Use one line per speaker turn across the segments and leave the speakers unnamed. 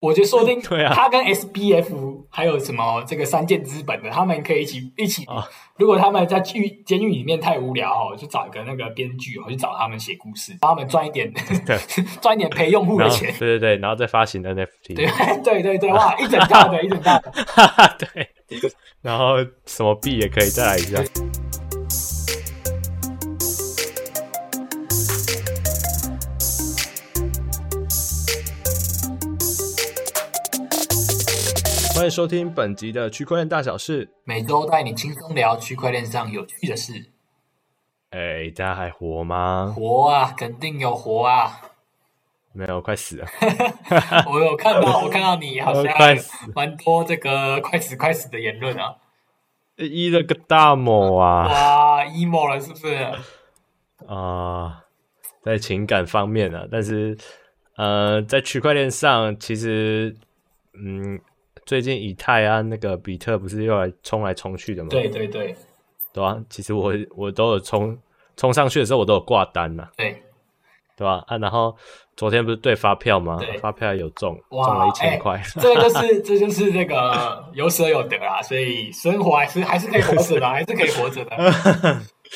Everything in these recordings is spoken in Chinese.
我就说不定
对啊
他跟 SBF 还有什么这个三箭资本的，他们可以一起一起。
啊
如果他们在狱监狱里面太无聊哦，就找一个那个编剧哦，去找他们写故事，帮他们赚一点
对
赚一点陪用户的
然后
钱
对。对对，然后再发行 NFT，
对 啊对对对，哇，一整套的，一整套的。
哈哈， 对，然后什么币也可以再来一下。欢迎收听本集的区块链大小事。
每周带你轻松聊区块链上有趣的事，
哎，大家还活吗？
活啊，肯定有活 啊！
没有，快 死了。
我有看到，我看到你好像
快死
蛮多这个快死快死的言论啊，
一了个大某啊
哇，emo 了是不是？
啊、在情感方面啊，但是呃，在区块链上，其实嗯，最近以太啊，那个比特不是又来冲来冲去的吗？
对对对
对啊，其实我我都有冲冲上去的时候，我都有挂单呐、
对，
对吧、啊？然后昨天不是对发票吗
对？
发票有中，
哇
中了一
哎
千块。
这就是这就是这个有舍有得啦，所以生活还是还是可以活着 的，还是可以活着的。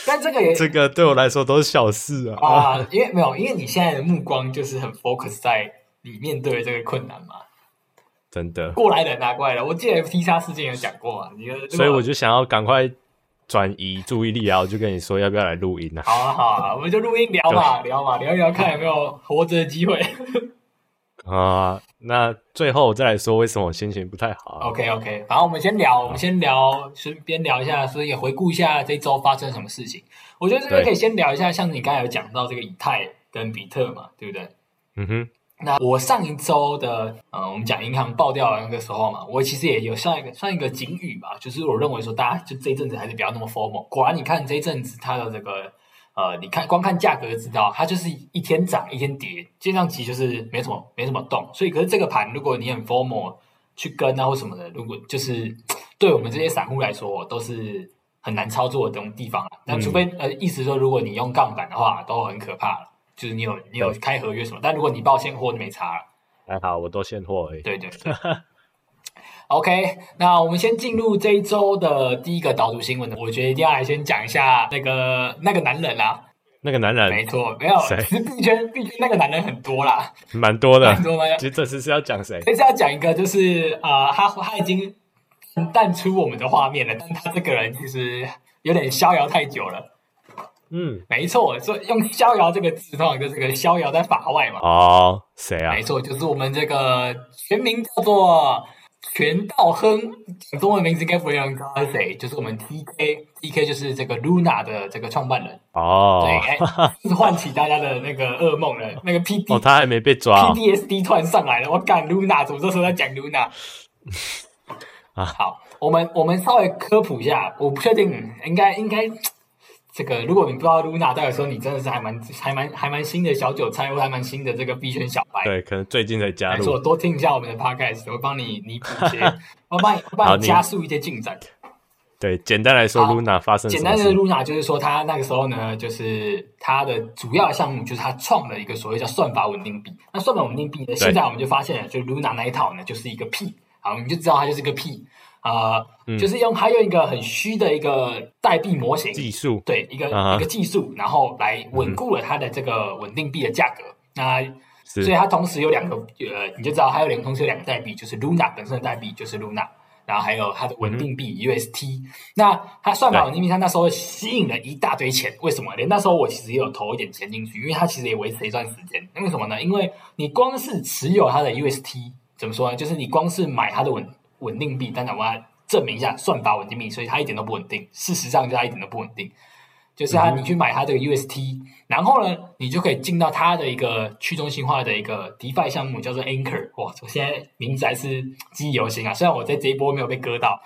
但这个也
这个对我来说都是小事啊。
啊，因为没有，因为你现在的目光就是很 focus 在你面对的这个困难嘛。
真的，
过来人啊，过来人！我记得 F T 叉事件有讲过嘛，你的
所以我就想要赶快转移注意力啊！我就跟你说，要不要来录音啊？
好啊好啊，我们就录音聊嘛聊嘛聊一聊，看有没有活着的机会。
啊、那最后我再来说为什么我心情不太好啊。
OK OK，反正我们先聊，我们先聊，顺便聊一下，所以也回顾一下这周发生什么事情。我觉得这边
对
可以先聊一下，像你刚才有讲到这个以太跟比特嘛，对不对？
嗯哼，
那我上一周的呃，我们讲银行爆掉的那个时候嘛，我其实也有上一个算一个警语吧，就是我认为说大家就这一阵子还是不要那么 formal。果然，你看这一阵子它的这个呃，你看光看价格就知道，它就是一天涨一天跌，这样其实就是没什么没什么动。所以，可是这个盘如果你很 formal 去跟啊或什么的，如果就是对我们这些散户来说都是很难操作的东地方了。那
嗯
除非、呃，意思说如果你用杠杆的话，都很可怕了。就是你有你有开合约什么，但如果你报现货就没差了。
还好我都现货而已。
对对对。OK，那我们先进入这一周的第一个导读新闻的，我觉得一定要来先讲一下那个那个男人啊啦、
那个男
没
人
错，没有，
谁啊
其实币圈币圈那个男人很多啦，
蛮多的
很，多吗？
其实这次是要讲谁？
这是要讲一个，就是啊、呃他他已经淡出我们的画面了，但他这个人其实有点逍遥太久了。
嗯，
没错，所以用“逍遥”这个字，通常就是个逍遥在法外嘛。
哦，谁啊
没？错，就是我们这个全名叫做全道亨，讲中文名字应该不会有人知道是谁，就是我们 TK，TK 就是这个 Luna 的这个创办人，
哦
对，，哎，是唤起大家的那个噩梦了，那个 PD、
哦，他还没被抓哦
PDSD 突然上来了，我干 Luna，怎么这时候在讲 Luna？
啊
好，我们我们稍微科普一下，我不确定，应该应该这个，如果你不知道 Luna 到底说你真的是还蛮还蛮还蛮新的小韭菜，或还蛮新的这个币圈小白，
对，可能最近才加
没错，
入。
多听一下我们的 podcast，我帮你弥补一 些，我帮你我帮
好
你
你
加速一些进展。
对，简单来说
好
，Luna 发生什
简
么
单的
事？
Luna 就是说，他那个时候呢，就是他的主要项目就是他创了一个所谓叫算法稳定币。那算法稳定币呢，现在我们就发现了，就 Luna 那一套呢，就是一个屁，好，你就知道它就是个屁啊、
嗯
就是用它用一个很虚的一个代币模型，
技术
对一个、
啊哈
一个技术，然后来稳固了它的这个稳定币的价格。那
是
所以它同时有两个呃，你就知道它有两同时有两个代币，就是 Luna 本身的代币就是 Luna，然后还有它的稳定币 UST。那它算法
对
稳定币，它那时候吸引了一大堆钱，为什么？连那时候我其实也有投一点钱进去，因为它其实也维持了一段时间。因为什么呢？因为你光是持有它的 UST，怎么说呢？就是你光是买它的稳稳定币，但我要证明一下算法稳定币，所以它一点都不稳定。事实上，就它一点都不稳定。就是啊它，你去买它这个 UST，然后呢，你就可以进到它的一个去中心化的一个 DeFi 项目，叫做 Anchor。哇，我现在名字还是记忆犹新啊！虽然我在这一波没有被割到，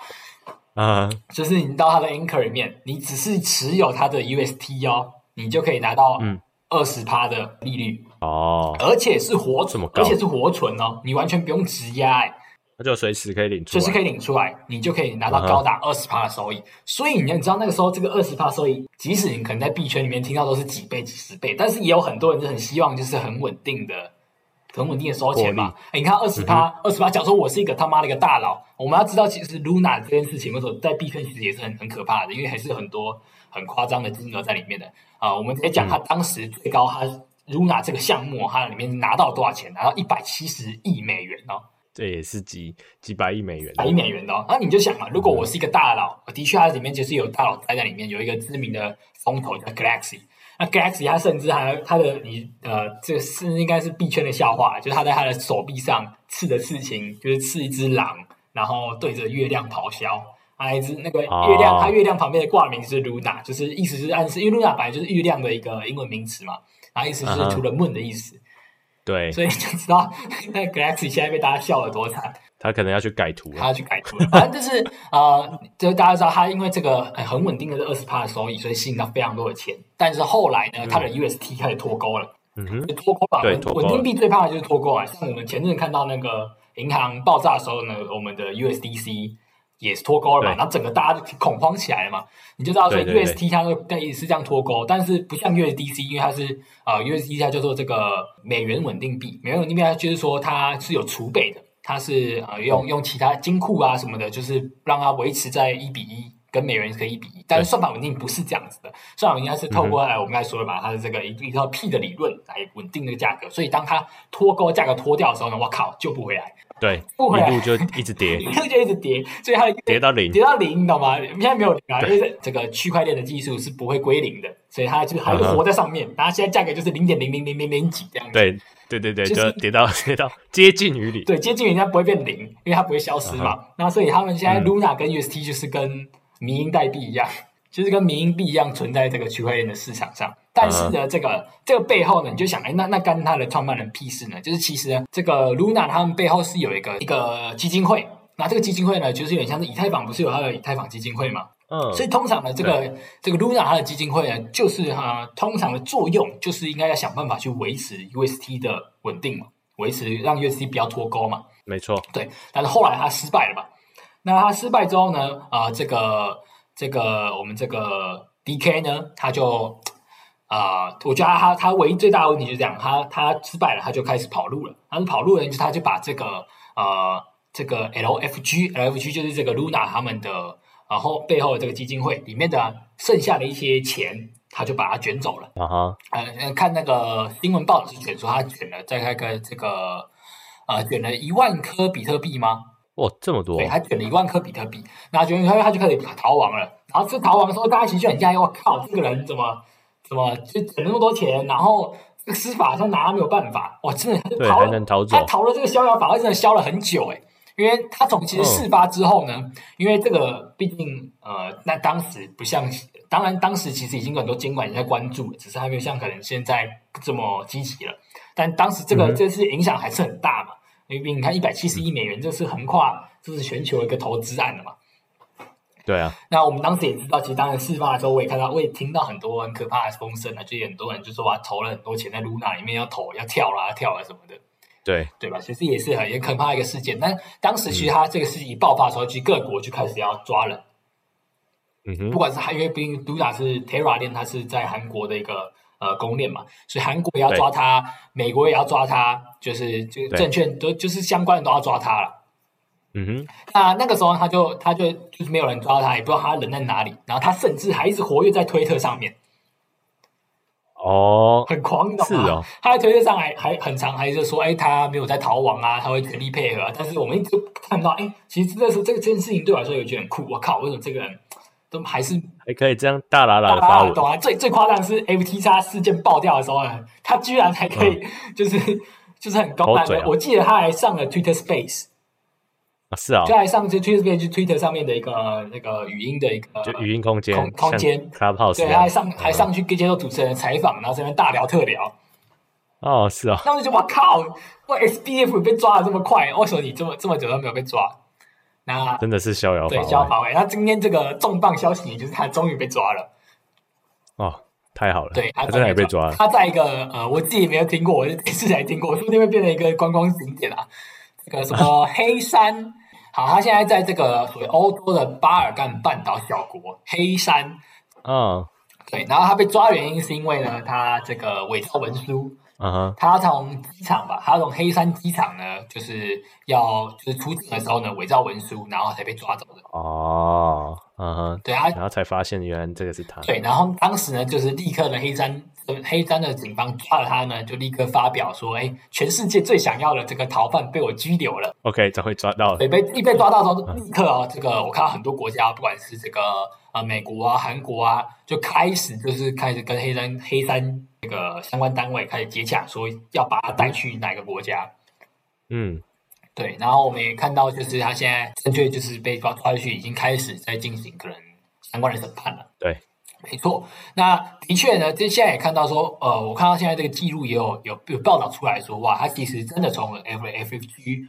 啊，
就是你到它的 Anchor 里面，你只是持有它的 UST 哦，你就可以拿到
嗯
二十趴的利率，
哦，
而且是活
这么高
而且是活存哦，你完全不用质押、哎
那就随时可以领出
就是可
来。
以领出来，你就可以拿到高达二十趴的收益。所以你要知道那个时候这个二十趴收益，即使你可能在币圈里面听到都是几倍、几十倍，但是也有很多人就很希望就是很稳定的很稳定的收钱嘛。哎，你看二十趴，二十趴，假如说我是一个他妈的一个大佬，我们要知道，其实 Luna 这件事情，或者在币圈其实也是很很可怕的，因为还是很多很夸张的金额在里面的啊、我们直接讲，他当时最高，他 Luna 这个项目，它里面拿到多少钱？拿到一百七十亿美元哦。
这也是几几百亿美元
百亿美元的、哦。那你就想嘛，如果我是一个大佬，的确它里面其实有大佬待在里面，有一个知名的风投叫 Galaxy。那 Galaxy 它甚至还它的你呃，这个是应该是币圈的笑话，就是它在它的手臂上刺的刺青，就是刺一只狼，然后对着月亮咆哮。还一只那个月亮，
哦
它月亮旁边的挂名是 Luna，就是意思是暗示，因为 Luna 本来就是月亮的一个英文名词嘛，然后意思就是
嗯哼
to the moon 的意思，
对
所以你就知道 那 Galaxy 现在被大家笑了多惨。
他可能要去改图
他
了。
要去改图了。反正就是呃，就是大家知道他因为这个呃很稳定的二十趴的收益，所以吸引到非常多的钱。但是后来呢，他的 UST 开始脱钩了，
嗯哼，
就脱钩吧。
对
稳
脱钩
稳
了
定币最怕的就是脱钩啊。像我们前阵子看到那个银行爆炸的时候呢，我们的 USDC 也是脱钩了嘛，
对
然后整个大家就恐慌起来了嘛。你就知道说
对对对
UST 它跟也是这样脱钩，但是不像 USDC，因为它是呃 USDC 它叫做这个美元稳定币，美元稳定币它就是说它是有储备的，它是呃用用其他金库啊什么的，就是让它维持在一比一。跟美元可以一比一，但是算法稳定不是这样子的。算法稳定它是透过、哎，我们刚才说了嘛，它是这个一一套 P 的理论来稳定这个价格，所以当它脱钩价格脱掉的时候呢，我靠，救不回来，
对，
不回来
一路就一直 跌，
它就一直跌，所以它的
跌到零。
跌到零，你懂吗？现在没有零啊，因为这个区块链的技术是不会归零的，所以它就还是活在上面。然后现在价格就是零点零零零零零几这样子，
对对对对，
就是
就跌到 跌到接近于零。
对，接近人家不会变零，因为它不会消失嘛。那所以他们现在 Luna 跟 UST 就是跟民营代币一样，就是跟民营币一样存在这个区块链的市场上。但是呢，这个这个背后呢，你就想，哎，那那干他的创办人屁事呢？就是其实呢这个 Luna 他们背后是有一个一个基金会，那这个基金会呢，就是有点像是以太坊，不是有它的以太坊基金会嘛？
嗯，
所以通常呢，这个这个 Luna 它的基金会呢，就是哈、通常的作用就是应该要想办法去维持 UST 的稳定嘛，维持让 UST 不要脱钩嘛。
没错，
对，但是后来它失败了嘛。那它失败之后呢，啊、这个这个我们这个 DK 呢，他就啊、我觉得他他唯一最大的问题就是这样，他他失败了，他就开始跑路了。但是跑路了，就是他就把这个呃这个 LFG LFG 就是这个 Luna 他们的，然后背后的这个基金会里面的剩下的一些钱，他就把它卷走了。
啊哈，
呃，呃看那个新闻报纸是卷说他卷了大概个这个呃卷了一万颗比特币吗？
哇，这么多哦
对，，他卷了一万颗比特币，然后卷完以后他就开始逃亡了。然后这逃亡的时候，大家其实就很讶异，我靠，这个人怎么怎么就卷那么多钱？然后这个司法好像拿他没有办法，哇，真的他就
对，
逃
还
了
能逃走
他，逃了这个逍遥法会，真的逍了很久哎、因为他从其实事发之后呢，
嗯
因为这个毕竟呃，那当时不像，当然当时其实已经有很多监管也在关注了，只是还没有像可能现在这么积极了。但当时这个、
嗯哼
这次影响还是很大嘛，因为毕竟你看一百七十亿美
嗯
元，这是横跨这是全球一个投资案了嘛。
对啊，
那我们当时也知道，其实当时事发的时候，我也看到，我也听到很多很可怕的风声啊，就有很多人就说哇，投了很多钱在 Luna 里面要投要跳啦、跳啊啦什么的。
对，
对吧？其实也是很也可怕的一个事件。但当时其实它这个事情一爆发的时候，其实各国就开始要抓人，
嗯
不
哼，
管是韩，因为毕竟 Luna 是 Terra 链，它是在韩国的一个呃公链嘛，所以韩国也要抓它，美国也要抓它，就是就
对
证券都就是相关的都要抓它了。
嗯哼，
那那个时候他就他就就是没有人抓他，也不知道他人在哪里。然后他甚至还一直活跃在推特上面，
哦，
很狂，你懂吗？
是哦
他在推特上还还很长，还是说，哎，他没有在逃亡啊，他会全力配合、啊。但是我们一直看到，哎，其实这是这个这件事情对我来说有点酷。我靠，为什么这个人都还是
还可以这样大喇喇
大
的发
家
文，
懂啊？最最夸张的是 FT 叉事件爆掉的时候呢，他居然还可以，就是就是很高
嗯口
慢
嘴
的。
啊
我记得他还上了 Twitter Space，
啊是啊
就，还上这 Twitter Space 就 Twitter 上面的一个那个语音的一个
就语音啊空间
空，空
像
间
Clubhouse，
对，
一
他
样
还上还上去跟接受主持人的采访，然后这边大聊特聊。
哦，是啊，
那我就觉得哇靠，哇 SDF 被抓的这么快，为什么你这么这么久都没有被抓？那
真的是逍遥
对
法
逍遥
外
法外。那今天这个重磅消息就是他终于被抓了，
哦，太好了，
对
他
他
真的也被抓了，
他在一个呃，我自己没有听过，我是这次才听过，说不定会变成一个观光景点啊。这个什 么黑山，好，他现在在这个所谓欧洲的巴尔干半岛小国黑山，
嗯，
对，然后他被抓的原因是因为呢，他这个伪造文书，
啊哈，
他从机场吧，他从黑山机场呢，就是要就是出境的时候呢，伪造文书，然后才被抓走的。
哦，啊哈，
对他，
然后才发现原来这个是他，
对，然后当时呢，就是立刻呢，黑山呃黑山的警方抓了他呢，就立刻发表说，哎，全世界最想要的这个逃犯被我拘留了。
，OK，终于抓到了，
对，被一被抓到之后，立刻哦，这个我看到很多国家，不管是这个呃美国啊、韩国啊，就开始就是开始跟黑山黑山这个相关单位开始接洽，说要把他带去哪个国家。
嗯，
对，然后我们也看到，就是他现在正确就是被抓抓去，已经开始在进行可能相关的审判了。
对，
没错，那的确呢，这现在也看到说，呃，我看到现在这个记录也有有有报道出来说，哇，他其实真的从 F F F G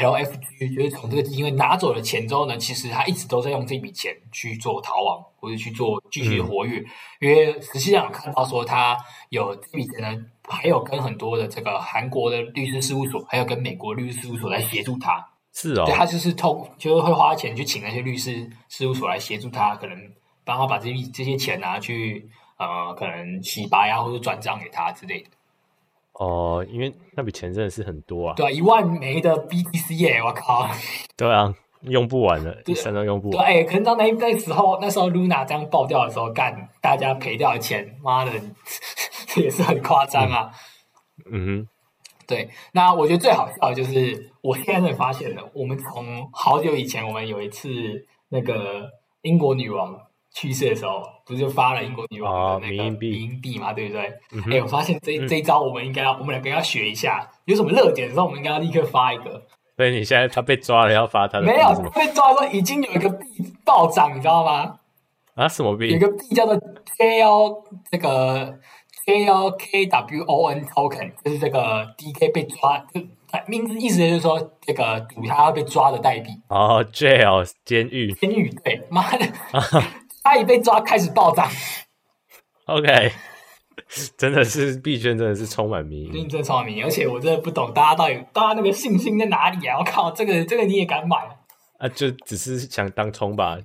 L F G 就是从这个基金会拿走了钱之后呢，其实他一直都在用这笔钱去做逃亡，或者去做继续活跃，因为实际上有看到说他有这笔钱呢，还有跟很多的这个韩国的律师事务所，还有跟美国律师事务所来协助他，
是哦
对，他就是透，就是会花钱去请那些律师事务所来协助他，可能帮他把这笔这些钱拿去呃，可能洗白啊，或者转账给他之类的。
哦，因为那笔钱真的是很多啊，
对啊，一万枚的 BTC 耶、我靠！
对啊，用不完了，一
对
生都用不
对，
完，
哎、可能到那那时候，那时候 Luna 这样爆掉的时候，干大家赔掉的钱，妈的， 这也是很夸张啊。
嗯
对，那我觉得最好笑的就是我现在才发现了，我们从好久以前，我们有一次那个英国女王去世的时候，不是就发了英国女王的那
哦
个
民币
民币嘛，对不对？哎、
嗯哼
我发现这
嗯
这一招我们应该要，我们两个要学一下，有什么热点的时候，我们应该要立刻发一个。
哼，所以你现在他被抓了要罚他的
没
币
有
是吗
被抓的时候，已经有一个币暴涨，你知道吗？
啊什么
有一
币
个币叫做 JL 这个 JLKWON token，就是这个 DK 被抓，就它名字意思就是说这个赌他会被抓的代币。
哦，jail 监狱
监狱对，妈 的，他一被抓开始暴涨，
，OK，真的是币圈真的是充满迷
真
因，
的超迷。而且我真的不懂大家到底大家那个信心在哪里啊！我靠，这个这个你也敢买？
啊，就只是想当冲吧，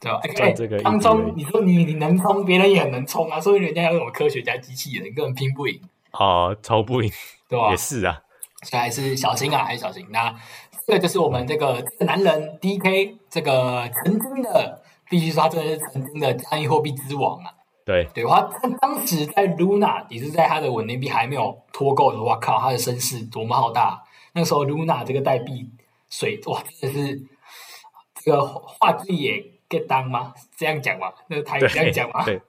对吧？哎、
赚这个一
当
笔而
中
已
你说你你能冲，别人也很能冲啊，所以人家有什么科学家、机器人，根本拼不赢，
哦，抽不赢
对吧？
也是啊，
所以还是小心啊，还是小心。那这个就是我们这个这个男人 DK 这个曾经的，必须说他真的是曾经的加密货币之王啊。
对，
对，他他当时在 Luna 也是在他的稳定币还没有脱钩的时候，哇靠，他的声势多么浩大！那时候 Luna 这个代币水哇，真的是这个画质也 get 当吗？这样讲吗？那个台语
对，
哎这样讲吗？
对，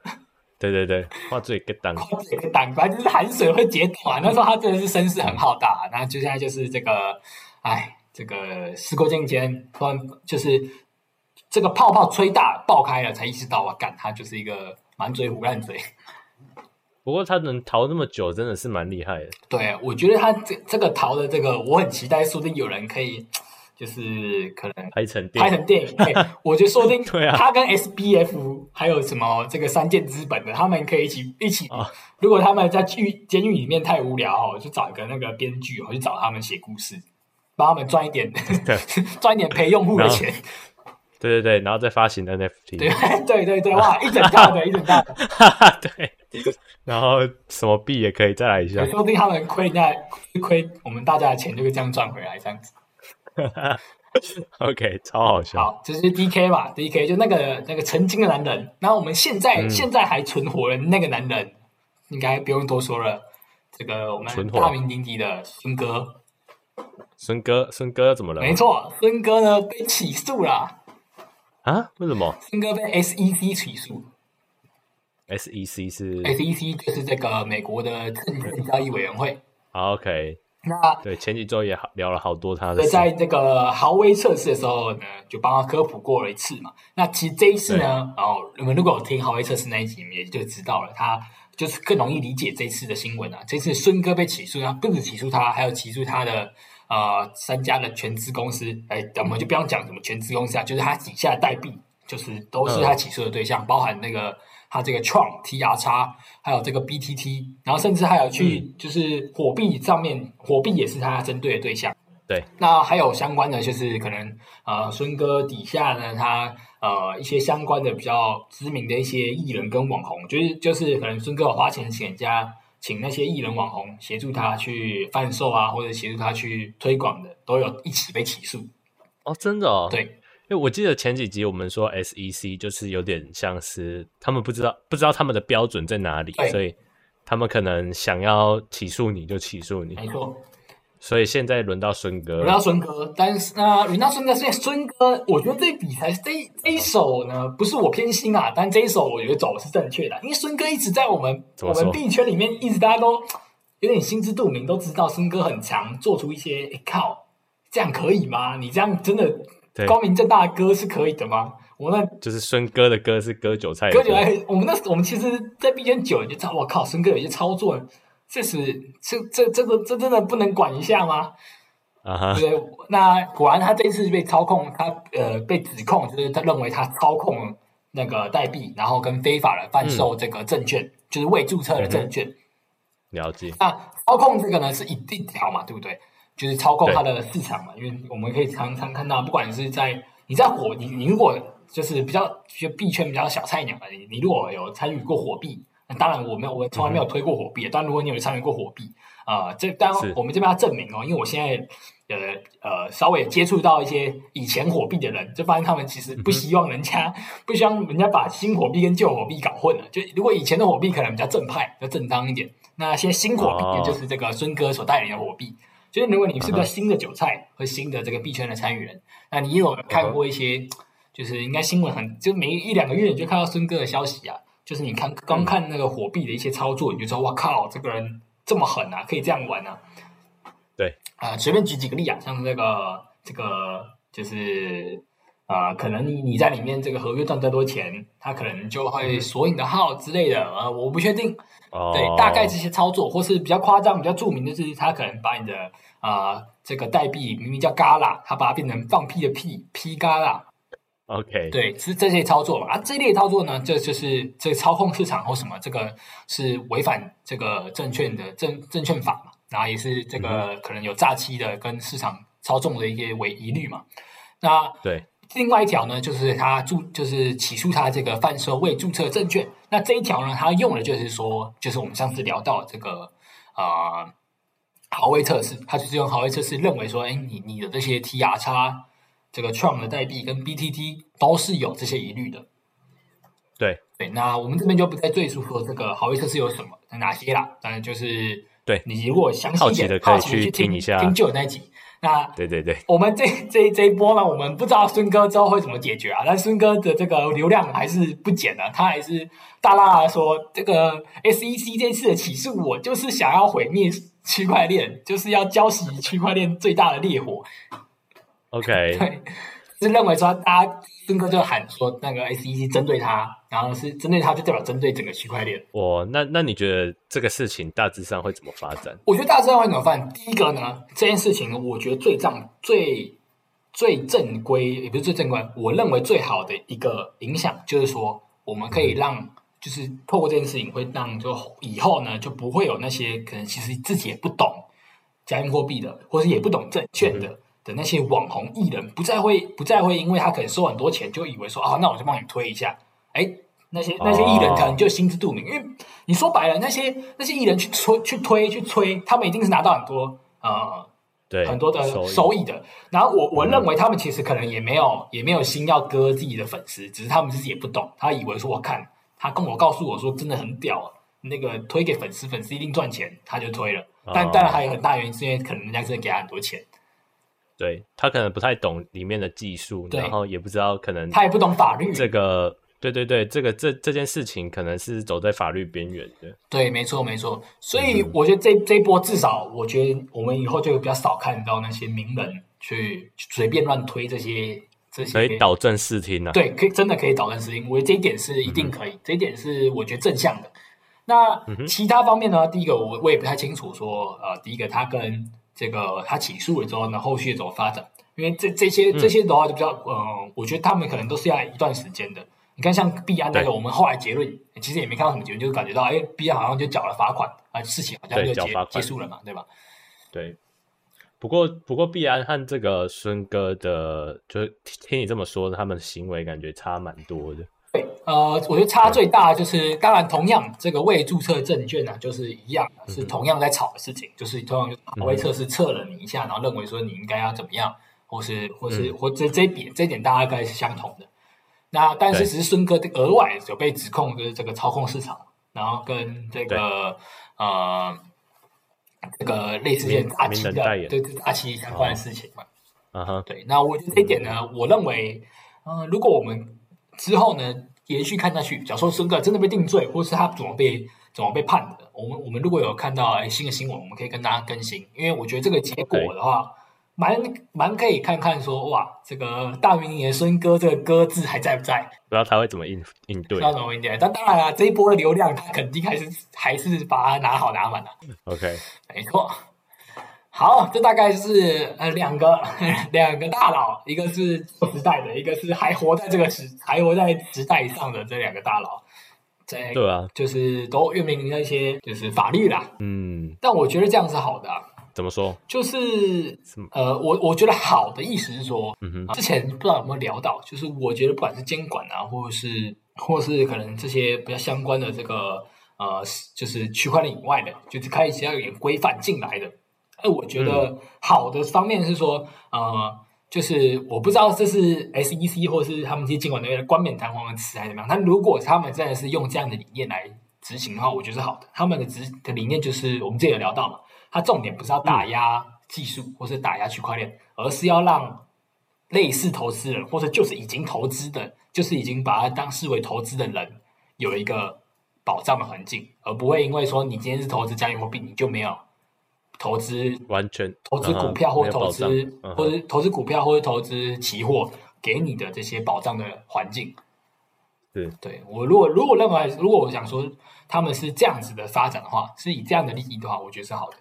对对对，画最 get 当，
矿水跟挡，反正就是含水会结冻啊。那时候他真的是声势很浩大、那就现在就是这个，哎，这个时过境迁，突然就是这个泡泡吹大爆开了，才意识到哇，干他就是一个满嘴胡烂嘴。
不过他能逃那么久，真的是蛮厉害的。
对，我觉得他这这个逃的这个，我很期待，说不定有人可以，就是可能
拍成电
拍
影，
成电影。哎我觉得说不定
对啊
他跟 SBF 还有什么这个三箭资本的，他们可以一起一起。
啊
如果他们在监狱监狱里面太无聊哦，就找一个那个编剧哦，去找他们写故事，帮他们赚一点
对
赚一点陪用户的钱。
对对对，然后再发行
对
NFT，
对对对，哇，一整套的，一整套的，
对，然后什么币也可以再来一下，
说不定他们亏人家亏我们大家的钱，就会这样赚回来，这样子。
OK，超好笑，
好，就是 DK 吧，DK 就那个那个曾经的男人，然后我们现在、
嗯
现在还存活的那个男人，应该不用多说了。这个我们
存活
大名鼎鼎的孙哥，
孙哥，孙哥怎么了？
没错，孙哥呢被起诉了，
啊？为什么
孙哥被 SEC 起诉
？SEC E 是
，SEC 就是这个美国的证券交易委员会。
好啊 OK，
那
对，前几周也好聊了好多他的
所以
事，
在这个豪威测试的时候呢，就帮他科普过了一次嘛。那其实这一次呢，然后你们如果有听豪威测试那一集，你们也就知道了，他就是更容易理解这次的新闻啊。这次孙哥被起诉，他不止起诉他，还有起诉他的呃三家的全资公司。哎，我们就不要讲什么全资公司啊，就是他底下的代币，就是都是他起诉的对象，包含那个他这个 Tron T R X，还有这个 B T T，然后甚至还有去就是火币上面，火币也是他针对的对象。
对，
那还有相关的，就是可能呃，孙哥底下呢，他呃一些相关的比较知名的一些艺人跟网红，就是就是可能孙哥有花钱请人家请那些艺人网红协助他去贩售啊，或者协助他去推广的，都有一起被起诉。
哦，真的哦，
对，
因为我记得前几集我们说 SEC 就是有点像是他们不知道不知道他们的标准在哪里
对，
所以他们可能想要起诉你就起诉你
没，错。
所以现在轮到孙哥
哎轮到
了。
孙哥，但是呃那轮到孙哥，所以孙哥，我觉得这一比赛这一这一手呢，不是我偏心啊，但这一手我觉得走的是正确的，因为孙哥一直在我们
怎
我
么
们
说
币圈里面，一直大家都有点心知肚明，都知道孙哥很强，做出一些、诶靠，这样可以吗？你这样真的
对
光明正大的歌是可以的吗？我那
就是孙哥的歌是割韭菜的
哥
歌，
觉得我们那我们其实，在 B 圈久了就知道，我靠，孙哥有些操作，确实这这这个这真的不能管一下吗？
啊哈，
对，那果然他这一次被操控，他呃被指控，就是他认为他操控那个代币，然后跟非法的贩售这个证券，就是未注册的证券。
了解，
那操控这个呢是一定条嘛，对不对？就是操控它的市场嘛，因为我们可以常常看到，不管是在你在火，你你如果就是比较就币圈比较小菜鸟的，你你如果有参与过火币，那当然我没有，我从来没有推过火币，但如果你有参与过火币，啊，这当
是
然我们这边要证明哦，因为我现在。呃呃，稍微接触到一些以前火币的人，就发现他们其实不希望人家、不希望人家把新火币跟旧火币搞混了。就如果以前的火币可能比较正派、比较正当一点，那现在新火币
哦
也就是这个孙哥所带领的火币。就是如果你是
嗯
个
哼
新的韭菜和新的这个币圈的参与人，那你有看过一些，就是应该新闻很，就每一两个月你就看到孙哥的消息啊，就是你看刚看那个火币的一些操作，你就说哇靠，这个人这么狠啊，可以这样玩啊。
对，
啊、随便举几个例啊，像这个这个就是啊、可能你你在里面这个合约赚再多钱，他可能就
嗯
会锁你的号之类的，呃，我不确定，
哦，
对，大概这些操作，或是比较夸张、比较著名的，就是他可能把你的啊、呃这个代币明明叫 Gala，他把它变成放屁的屁 P Gala，
哦 OK，
对，是这些操作嘛？啊，这类操作呢，这就是这操控市场或什么，这个是违反这个证券的证证券法嘛，然后也是这个可能有诈欺的跟市场操纵的一些违疑虑嘛。那
对
另外一条呢，就是他注就是起诉他这个贩售未注册证券。那这一条呢，他用的就是说，就是我们上次聊到这个啊、呃豪威测试，他就是用豪威测试认为说，哎，你你的这些 TR 叉这个 Tron 的代币跟 BTT 都是有这些疑虑的。
对
对，那我们这边就不再赘述说这个豪威测试有什么，有哪些啦。当然就是
对
你如果详细
好
一
奇
点，
的可以
好奇
去
去
听一下
听旧的那一集。那
对对对，
我们这 这这一波呢，我们不知道孙哥之后会怎么解决啊。但孙哥的这个流量还是不减的，他还是大大的说，这个 SEC 这次的起诉我，就是想要毁灭区块链，就是要浇熄区块链最大的烈火。
OK，
对，是认为说大家孙哥就喊说那个 SEC 针对他，然后是针对他就代表针对整个区块链。
我那那你觉得这个事情大致上会怎么发展？
我觉得大致上会怎么办？第一个呢，这件事情我觉得最正最最正规，也不是最正规，我认为最好的一个影响就是说，我们可以让，就是透过这件事情，会让就以后呢就不会有那些可能其实自己也不懂加密货币的，或是也不懂证券的。的那些网红艺人不再会不再会因为他可能收很多钱就以为说啊，那我就帮你推一下，哎，那些那些艺人可能就心知肚明，因为你说白了，那些那些艺人去吹、去推、去吹，他们一定是拿到很多呃
对，
很多的
收益嗯
收益的。然后我我认为他们其实可能也没有也没有心要割自己的粉丝，只是他们自己也不懂，他以为说我看他跟我告诉我说真的很屌啊，那个推给粉丝，粉丝一定赚钱，他就推了。但
哦
当然还有很大原因是因为可能人家真的给他很多钱，
对他可能不太懂里面的技术，
对
然后也不知道可能
他也不懂法律，
这个，对对对，这个这这件事情可能是走在法律边缘的。
对，没错，没错。所
嗯
以我觉得这这一波至少，我觉得我们以后就比较少看到那些名人去随便乱推这些这些。
所以导正视听啊，
对，可以真的可以导正视听，我觉得这一点是一定
嗯
可以，这一点是我觉得正向的。那其他方面呢？第一个我我也不太清楚说，呃，第一个他跟这个他起诉了之后呢，后续怎么发展？因为这这些
嗯
这些的话就比较，呃，我觉得他们可能都是要一段时间的。你看，像币安那个，
对
我们后来结论其实也没看到什么结论，就是感觉到，哎，币安好像就缴了罚款啊、事情好像
对
就
缴
结
罚
结
款
束了嘛，对吧？
对。不过不过，必安和这个孙哥的，就是听听你这么说，他们的行为感觉差蛮多的。
对，呃，我觉得差最大的就是，当然同样这个未注册证券呢、啊，就是一样
嗯
的，是同样在炒的事情，就是同样就是法威测试测了你一下，然后认为说你应该要怎么样，或是或是、
嗯
或这这一点这一点大家大概是相同的。那但是
对
只是孙哥额外有被指控就是这个操控市场，然后跟这个呃这个类似这种
名
大旗
名人代
的
言
对大旗相关的事情嘛。
啊哈，
对，那我觉得这一点呢，我认为，呃，如果我们之后呢延续看下去，假如说孙哥真的被定罪，或是他怎么被怎么被判的，我们我们如果有看到哎新的新闻，我们可以跟大家更新，因为我觉得这个结果的话，蛮蛮可以看看说哇，这个大明年孙哥这个哥字还在不在？
不知道他会怎么应应对
不知。道怎么一点，但当然了、这一波的流量他肯定还是还是把它拿好拿满的、啊
OK，
没错。好，这大概是呃两个 两个大佬，一个是旧时代的，一个是还活在这个时还活在时代上的这两个大佬，在
对啊，
就是都面临一些就是法律啦。
嗯，
但我觉得这样是好的啊、
怎么说？
就是
什么
呃，我我觉得好的意思是说，
嗯哼
啊之前不知道有没有聊到，就是我觉得不管是监管啊，或者是或是可能这些比较相关的这个呃，就是区块链以外的，就是开始要有点规范进来的。哎，我觉得好的方面是说，呃，就是我不知道这是 SEC 或是他们这些监管单位的冠冕堂皇的词还是怎么样，但如果他们真的是用这样的理念来执行的话，我觉得是好的。他们的执的理念就是我们之前有聊到嘛，它重点不是要打压技术或是打压区块链，而是要让类似投资人或者就是已经投资的，就是已经把它当视为投资的人有一个保障的环境，而不会因为说你今天是投资加密货币，你就没有投资
完全啊
投资股票或投资、
嗯
或者投资股票或者投资期货给你的这些保障的环境。
是
对我如果如果认为如果我想说他们是这样子的发展的话，是以这样的利益的话，我觉得是好的。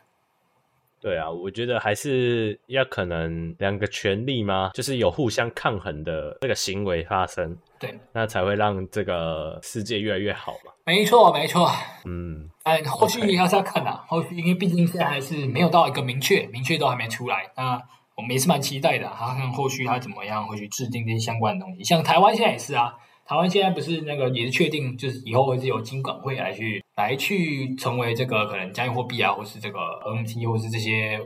对啊，我觉得还是要可能两个权利吗？就是有互相抗衡的这个行为发生，
对，
那才会让这个世界越来越好嘛。
没错没错。
嗯，
但后续还是要看的、啊后续因为毕竟现在还是没有到一个明确，明确都还没出来。那我们也是蛮期待的、啊，他看后续他怎么样会去制定这些相关的东西。像台湾现在也是啊，台湾现在不是那个也是确定，就是以后会是由金管会来去来去成为这个可能加密货币啊，或是这个 NFT，或是这些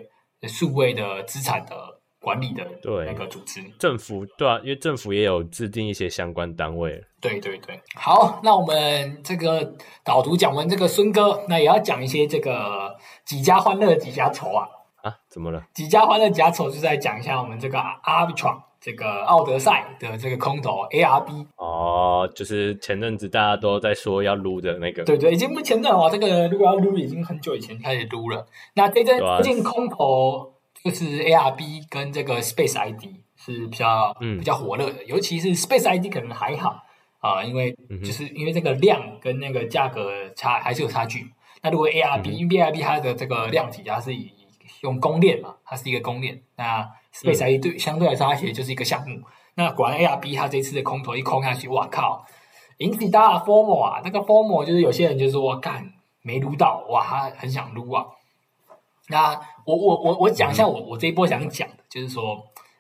数位的资产的管理的
对
那个组织。
政府对啊，因为政府也有制定一些相关单位。
对对对，好，那我们这个导读讲完这个孙哥，那也要讲一些这个几家欢乐几家愁啊。
啊，怎么了？
几家欢乐几家愁，就是在讲一下我们这个 Arbitron 这个奥德赛的这个空投 ARB，
哦，就是前阵子大家都在说要撸的那个，
对对，已经不前阵了，这个如果要撸，已经很久以前开始撸了。那这阵
对啊
最近空投就是 ARB 跟这个 Space ID 是比较、
嗯
比较火热的，尤其是 Space ID 可能还好啊、因为
嗯哼
就是因为这个量跟那个价格差还是有差距。那如果
嗯
ARB，、因为 ARB 它的这个量体它是以用公链嘛，它是一个公链。那 Space ID 对、相对来说它其实就是一个项目。那果然 ARB 它这次的空头一空下去，哇靠！引起大家的 formal 啊，那个 formal 就是有些人就说干没撸到，哇，他很想撸啊。那我我我我讲一下我我这一波想讲的，就是说，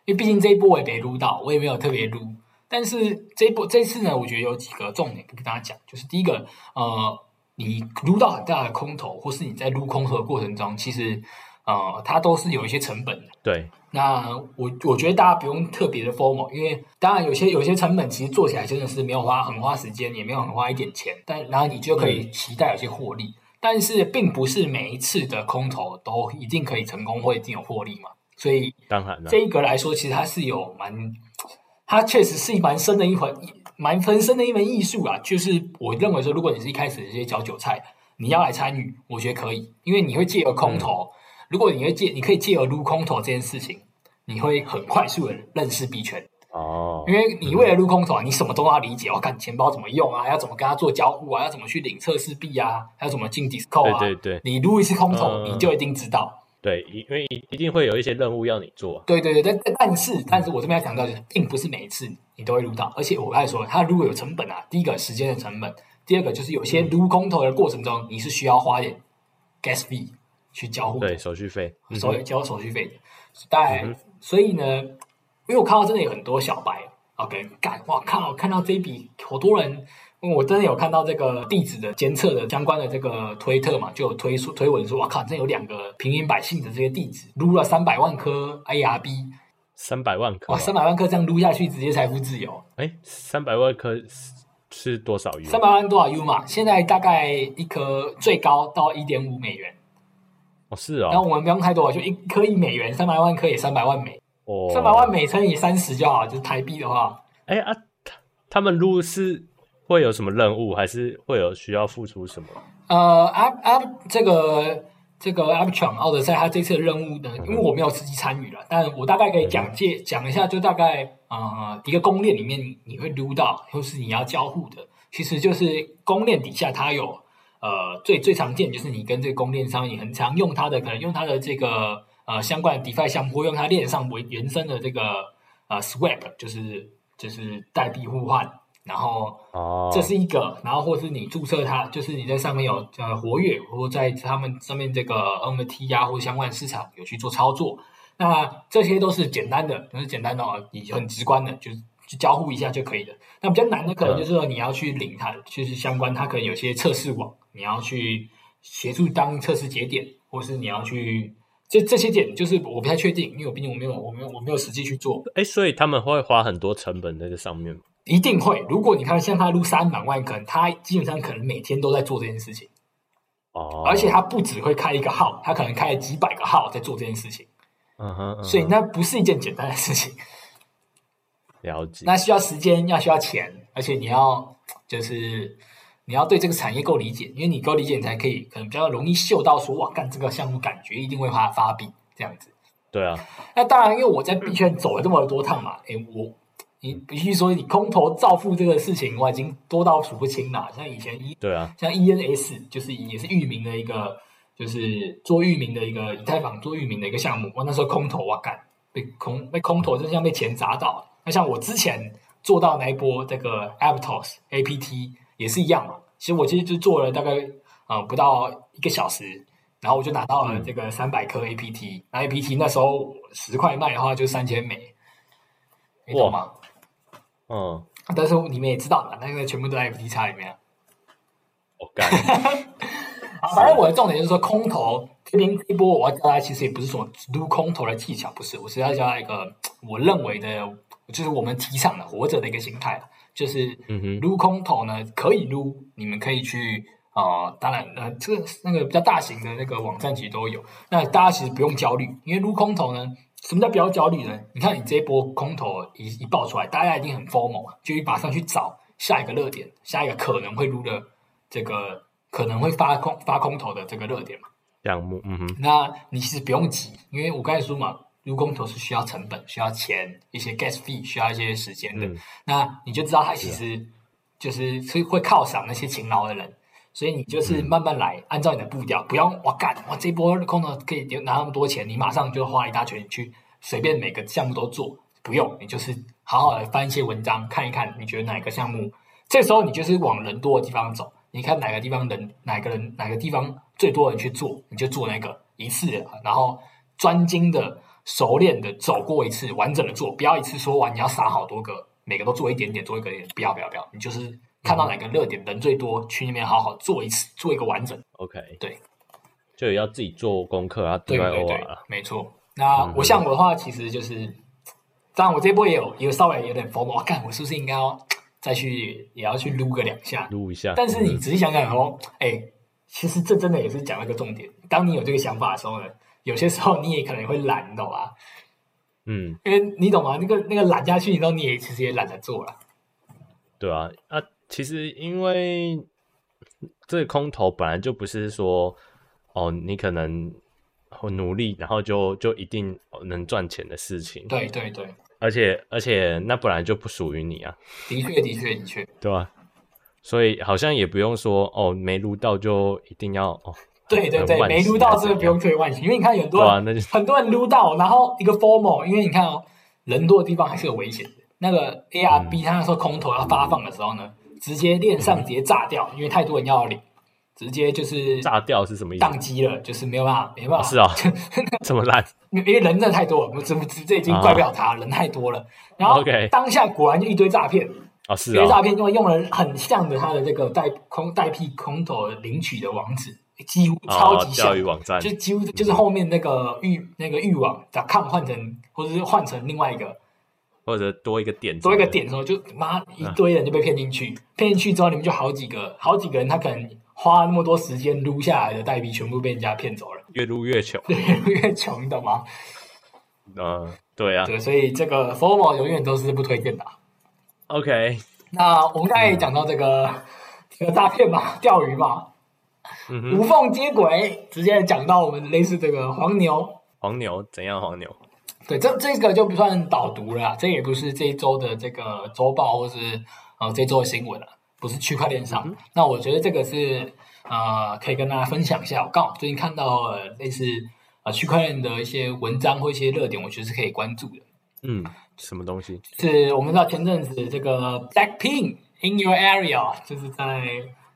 因为毕竟这一波我也没撸到，我也没有特别撸，但是这一波这次呢，我觉得有几个重点跟大家讲，就是第一个，呃，你撸到很大的空头，或是你在撸空头的过程中，其实呃，它都是有一些成本的。
对
那我我觉得大家不用特别的 formal，因为当然有些有些成本其实做起来真的是没有花很花时间，也没有很花一点钱，但然后你就可以期待有些获利。但是并不是每一次的空头都一定可以成功，或一定有获利嘛。所以
当然了
这，一个来说，其实它是有蛮，它确实是蛮深的一环，蛮分深的一门艺术啊。就是我认为说，如果你是一开始这些小韭菜，你要来参与，我觉得可以，因为你会借由
嗯
空头，如果你会借，你可以借由撸空头这件事情，你会很快速的认识币圈。
哦，
因为你为了撸空头啊，你什么都要理解，我、哦、看钱包怎么用啊，要怎么跟它做交互啊，要怎么去领测试币啊，还有怎么进 Disco 啊。
对对对
你撸一次空头，
嗯
你就一定知道。
对，因为一一定会有一些任务要你做啊。
对对对，但但但是但是我这边要强调就是，并不是每一次你都会撸到，而且我刚才说，它如果有成本啊，第一个时间的成本，第二个就是有些
嗯
撸空头的过程中，你是需要花点 gas fee 去交互的
对，手续费。嗯
手
哼嗯
交手续费的。但、所以呢，因为我看到真的有很多小白， OK，干，哇靠！看到这一笔，好多人，因为我真的有看到这个地址的监测的相关的这个推特嘛，就有推出推文说，哇靠，这有两个平民百姓的这些地址撸了三百万颗 ARB，
三百万颗
哇，
啊，
三百万颗这样撸下去，直接财富自由。
哎，三百万颗是是多少元？
三百万多少 U 嘛？现在大概一颗最高到一点五美元，
哦，是
然后
哦，
我们不用太多，就一颗一美元，三百万颗也三百万美，
哦，
三百万美乘以三十就好，就是台币的话，
哎啊，他他们录是会有什么任务，还是会有需要付出什么？
呃，App App 这个这个 App 闯奥德赛，它这次的任务呢，因为我没有实际参与了，但我大概可以讲介讲一下，就大概呃一个公链里面你你会撸到，或是你要交互的，其实就是公链底下它有呃最最常见就是你跟这个供链商，你很常用它的，可能用它的这个呃相关的 DeFi 项目，或用它链上为原生的这个呃 Swap，就是就是代币互换，然后
哦，
这是一个，然后或是你注册它，就是你在上面有呃活跃，或在他们上面这个 NFT 啊或相关市场有去做操作，那这些都是简单的，都是简单的哦，你很直观的，就是去交互一下就可以了。那比较难的可能就是说你要去领它，就是相关它可能有些测试网，你要去协助当测试节点，或是你要去这这些点，就是我不太确定，因为我毕竟我没有我没有我没有实际去做，
哎，所以他们会花很多成本在这上面吗。
一定会。如果你看像他撸三百万，可能他基本上可能每天都在做这件事情，
哦，
而且他不只会开一个号，他可能开了几百个号在做这件事情，
嗯哼，嗯哼
所以那不是一件简单的事情，
了解，
那需要时间，要需要钱，而且你要就是你要对这个产业够理解，因为你够理解，你才可以可能比较容易嗅到说哇，干这个项目感觉一定会发发币这样子。
对啊，
那当然，因为我在币圈走了这么多趟嘛，诶，我你必须说你空投造富这个事情，我已经多到数不清了。像以前一
对啊，
像 ENS 就是也是域名的一个，就是做域名的一个以太坊做域名的一个项目。我那时候空投哇干，被空被空投，真像被钱砸到。那像我之前做到那一波这个 Aptos APT 也是一样嘛。其实我其实就做了大概呃不到一个小时，然后我就拿到了这个三百颗 APT，那 APT 那时候十块卖的话就三千美，你懂吗？
嗯，我、
但是你们也知道嘛，那个全部都在 FT 差里面啊。
干，
好，啊反正我的重点就是说，空投这边一波我要教大家，其实也不是什么撸空投的技巧，不是，我是要教大家一个我认为的，就是我们提倡的活着的一个心态啦就是
嗯哼
撸空投呢可以撸，你们可以去呃，当然呃，这个那个比较大型的那个网站其实都有，那大家其实不用焦虑，因为撸空投呢。什么叫不要焦虑呢？你看你这一波空头一一爆出来，大家一定很 formal，就会马上去找下一个热点，下一个可能会撸的这个可能会发空发空头的这个热点嘛。
项目，嗯哼，
那你其实不用急，因为我刚才说嘛，入空头是需要成本、需要钱、一些 gas fee、需要一些时间的。
嗯啊
那你就知道它其实就是是会犒赏那些勤劳的人。所以你就是
嗯
慢慢来，按照你的步调，不要哇干哇这波空头可以拿那么多钱，你马上就花一大圈去随便每个项目都做，不用，你就是好好的翻一些文章看一看，你觉得哪个项目这时候你就是往人多的地方走，你看哪个地方人哪个人哪个地方最多人去做，你就做那个一次的，然后专精的、熟练的走过一次，完整的做，不要一次说完你要撒好多个，每个都做一点点，做一个点，不要不要不要，你就是看到哪个热点人最多，去那边好好做一次，做一个完整。
，OK，
对，
就也要自己做功课啊，
对
外
对
O
对
啊，，
没错。那我像我的话，其实就是，当然我这波也有也有稍微有点疯我看我是不是应该要再去也要去撸个两下？
录一下，
但是你
嗯
仔细想想哦，哎、其实这真的也是讲了个重点。当你有这个想法的时候呢，有些时候你也可能会懒，你懂吗？
嗯，
因为你懂吗？那个那个懒下去，你知道你也其实也懒得做了。
对啊，啊，其实因为这个空投本来就不是说，哦，你可能努力，然后就就一定能赚钱的事情，
对对对，
而且而且那本来就不属于你啊，
的确的确的确，
对啊吧、所以好像也不用说哦，没撸到就一定要哦，
对对
很
对，
惋
没
惜
撸到
还是
这个
怎
不用
样
退万心，因为你看有很多
对
人、
啊，那就
很多人撸到，然后一个 formal，因为你看哦，人多的地方还是有危险的。那个
嗯
ARB 他那时候空投要发放的时候呢，直接链上直接炸掉，因为太多人要领。直接就是
炸掉是什么意思？
宕机了，就是没有办法，没办法，
是啊、 这么烂
因为人真的太多了，我这这这已经怪不了他，人太多了。然后
啊 OK
当下果然就一堆诈骗，
啊、哦？是
一堆
啊、
诈骗因为用了很像的他的这个代空代币空投领取的网址，几乎超
哦，
级像
钓鱼，网站嗯
就几乎就是后面那个域那个域网把 com 换成或者是换成另外一个
或者多一个点，
多一个，点的时候，就妈一堆人就被骗进去，骗进去之后你们就好几个好几个人，他可能花那么多时间撸下来的代币全部被人家骗走了，
越撸越 穷。
对，越来越穷，你懂吗？
嗯、对啊。
对，所以这个 formal 永远都是不推荐的啊。
OK，
那我们刚才也讲到这个、 这个诈骗嘛， 钓鱼嘛，
嗯哼，
无缝接轨，直接讲到我们类似这个黄牛。
黄牛怎样？黄牛
对，这这个就不算导读了啊，这也不是这一周的这个周报或是呃这周的新闻了、不是区块链
嗯
上。那我觉得这个是呃可以跟大家分享一下。我刚好最近看到、呃、类似呃区块链的一些文章或一些热点，我觉得是可以关注的。
嗯，什么东西？
是我们知道前阵子这个 Blackpink in your area 就是在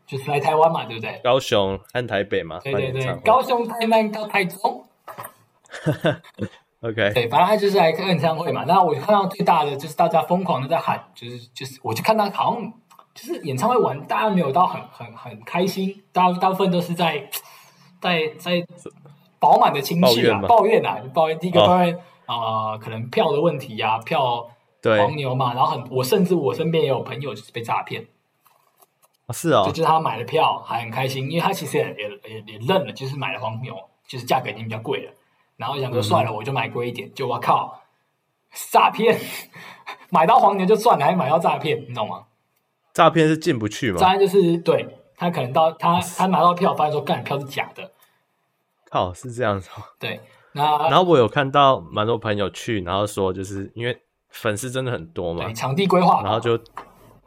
就是来台湾嘛，对不对？
高雄和台北嘛，
对对
办演
对
唱，会
高雄、台南到台中，
OK，
对，反正他就是来看演唱会嘛。那我看到最大的就是大家疯狂的在喊，就是就是，我就看到好像就是演唱会完，大家没有到很很很开心，大大部分都是在在在饱满的情绪啊，抱
抱
怨啊，抱怨第一个
哦
抱怨啊、呃可能票的问题呀、票
对，
黄牛嘛，然后很我甚至我身边也有朋友就是被诈骗。
哦是哦
就，就是他买了票还很开心，因为他其实也也也也认了，就是买了黄牛，就是价格已经比较贵了，然后想说
嗯
算了，我就买贵一点，就我靠，诈骗， 买到黄牛就算了，还买到诈骗，你懂吗？
诈骗是进不去嘛？
诈骗就是对嗯他可能到他他拿到票，发现说干票是假的，
靠，是这样子哦。
对，那
然后我有看到蛮多朋友去，然后说就是因为粉丝真的很多嘛
对，场地规划
然后就